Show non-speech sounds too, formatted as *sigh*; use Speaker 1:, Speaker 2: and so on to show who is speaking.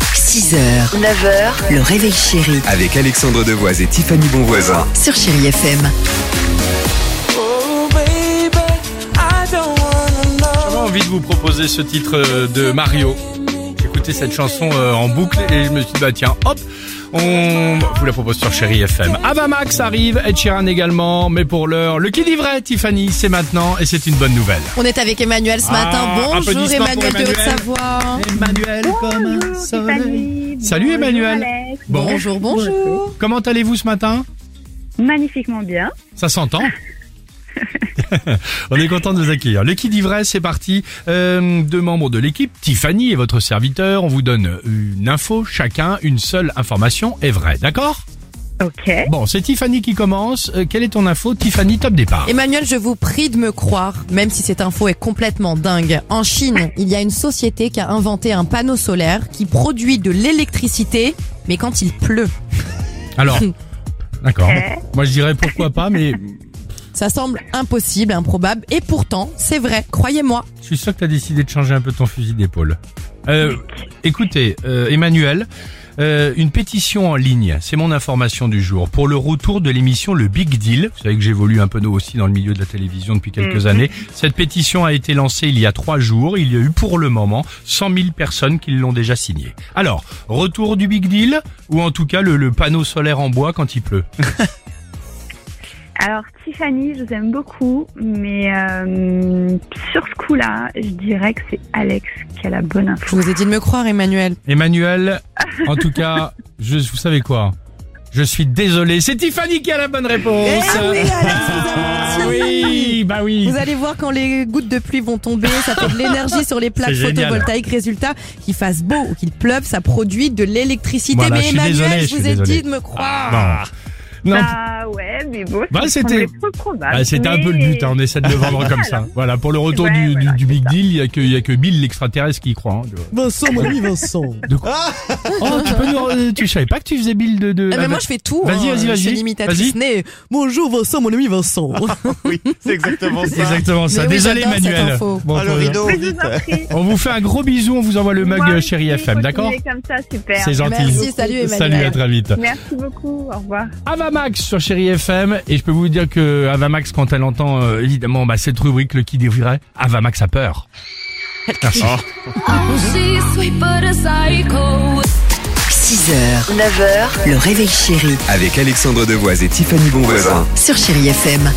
Speaker 1: 6h, 9h, le réveil chéri
Speaker 2: Avec Alexandre Devoise et Tiffany Bonvoisin.
Speaker 1: sur Chéri FM.
Speaker 3: Oh baby, I don't wanna know.
Speaker 4: J'avais envie de vous proposer ce titre euh, de Mario. J'écoutais cette chanson euh, en boucle et je me suis dit, bah tiens, hop, on vous la propose sur Chéri FM. Ava bah, Max arrive, Ed Sheeran également, mais pour l'heure, le qui dit vrai, Tiffany, c'est maintenant et c'est une bonne nouvelle.
Speaker 5: On est avec Emmanuel ce matin.
Speaker 4: Ah,
Speaker 5: Bonjour
Speaker 4: applaudissements pour
Speaker 5: Emmanuel de
Speaker 4: Emmanuel.
Speaker 5: Haute-Savoie.
Speaker 4: Emmanuel comme un
Speaker 6: Tiffany.
Speaker 4: Salut
Speaker 6: Bonjour,
Speaker 4: Emmanuel.
Speaker 6: Alex.
Speaker 4: Bon,
Speaker 5: Bonjour, bonjour.
Speaker 4: comment allez-vous ce matin
Speaker 6: Magnifiquement bien.
Speaker 4: Ça s'entend *laughs* On est content de vous accueillir. Le qui dit vrai, c'est parti. Euh, deux membres de l'équipe, Tiffany et votre serviteur, on vous donne une info, chacun, une seule information est vraie, d'accord
Speaker 6: Ok.
Speaker 4: Bon, c'est Tiffany qui commence. Euh, quelle est ton info Tiffany, top départ.
Speaker 5: Emmanuel, je vous prie de me croire, même si cette info est complètement dingue. En Chine, il y a une société qui a inventé un panneau solaire qui produit de l'électricité, mais quand il pleut.
Speaker 4: Alors, d'accord.
Speaker 6: Eh.
Speaker 4: Moi, je dirais pourquoi pas, mais
Speaker 5: Ça semble impossible, improbable, et pourtant, c'est vrai, croyez-moi.
Speaker 4: je suis sûr que tu as décidé de changer un peu ton fusil d'épaule. Euh, écoutez, euh, Emmanuel, euh, une pétition en ligne, c'est mon information du jour, pour le retour de l'émission Le Big Deal. Vous savez que j'évolue un peu nous aussi dans le milieu de la télévision depuis quelques années. Cette pétition a été lancée il y a trois jours. Il y a eu pour le moment 100 000 personnes qui l'ont déjà signée. Alors, retour du Big Deal, ou en tout cas le- le panneau solaire en bois quand il pleut
Speaker 6: Alors, Tiffany, je vous aime beaucoup, mais euh, sur ce coup-là, je dirais que c'est Alex qui a la bonne info.
Speaker 5: Je vous ai dit de me croire, Emmanuel.
Speaker 4: Emmanuel, en tout cas, je, vous savez quoi Je suis désolé, c'est Tiffany qui a la bonne réponse.
Speaker 5: Eh oui, Alex,
Speaker 4: Ah
Speaker 5: vous avez menti.
Speaker 4: oui, bah oui.
Speaker 5: Vous allez voir quand les gouttes de pluie vont tomber, ça fait de l'énergie sur les plaques
Speaker 4: *laughs* C'est génial.
Speaker 5: photovoltaïques. Résultat, qu'il fasse beau ou qu'il pleuve, ça produit de l'électricité.
Speaker 4: Voilà, je
Speaker 5: Mais
Speaker 4: suis
Speaker 5: Emmanuel,
Speaker 4: désolé, je
Speaker 5: je vous
Speaker 4: suis
Speaker 5: ai
Speaker 4: désolé.
Speaker 5: dit de me croire.
Speaker 4: Ah, non. Non,
Speaker 6: Bah ouais, mais bon,
Speaker 4: Bah,
Speaker 6: ça
Speaker 4: c'était-
Speaker 6: semblait peu probable.
Speaker 4: ah, c'était un peu le
Speaker 6: mais-
Speaker 4: but, hein, on essaie de le vendre
Speaker 5: *laughs*
Speaker 4: comme ça. Voilà, pour le retour
Speaker 6: Ouais,
Speaker 4: du, du-
Speaker 6: voilà,
Speaker 4: du
Speaker 6: c'est
Speaker 4: Big
Speaker 6: ça.
Speaker 4: Deal, il n'y a, que- il y a que Bill l'extraterrestre qui y croit. hein.
Speaker 7: Vincent, mon ami Vincent.
Speaker 4: *laughs*
Speaker 7: Ah.
Speaker 4: De quoi Oh, tu peux nous- euh, Tu savais pas que tu faisais Bill de... de-
Speaker 5: Ah, mais
Speaker 4: ah,
Speaker 5: moi
Speaker 4: bah-
Speaker 5: je fais tout.
Speaker 4: Vas-y,
Speaker 5: hein.
Speaker 4: vas-y,
Speaker 5: Je suis
Speaker 4: vas-y.
Speaker 5: l'imitatrice
Speaker 4: Vas-y.
Speaker 5: née.
Speaker 7: Bonjour Vincent, mon ami Vincent. oui, c'est exactement
Speaker 4: C'est exactement ça.
Speaker 5: Mais oui,
Speaker 4: Désolé,
Speaker 5: j'adore cette
Speaker 4: Emmanuel.
Speaker 5: info.
Speaker 4: Bon,
Speaker 7: le rideau.
Speaker 6: Mais je vous en prie.
Speaker 4: on vous fait un gros bisou, on vous envoie le mug
Speaker 6: Moi
Speaker 4: euh,
Speaker 6: aussi,
Speaker 4: chéri FM,
Speaker 6: continuez
Speaker 4: d'accord
Speaker 6: comme ça, super.
Speaker 4: C'est gentil.
Speaker 5: Merci, salut Emmanuel.
Speaker 4: Salut, à très vite.
Speaker 6: Merci beaucoup, au revoir.
Speaker 4: Avamax sur Chéri FM et je peux vous dire que Avamax quand elle entend euh, évidemment bah, cette rubrique le qui dévrirait Avamax a peur. Merci.
Speaker 1: 6h, 9h, le réveil chéri
Speaker 2: Avec Alexandre Devoise et Tiffany Bonvoisin.
Speaker 1: sur Chéri FM.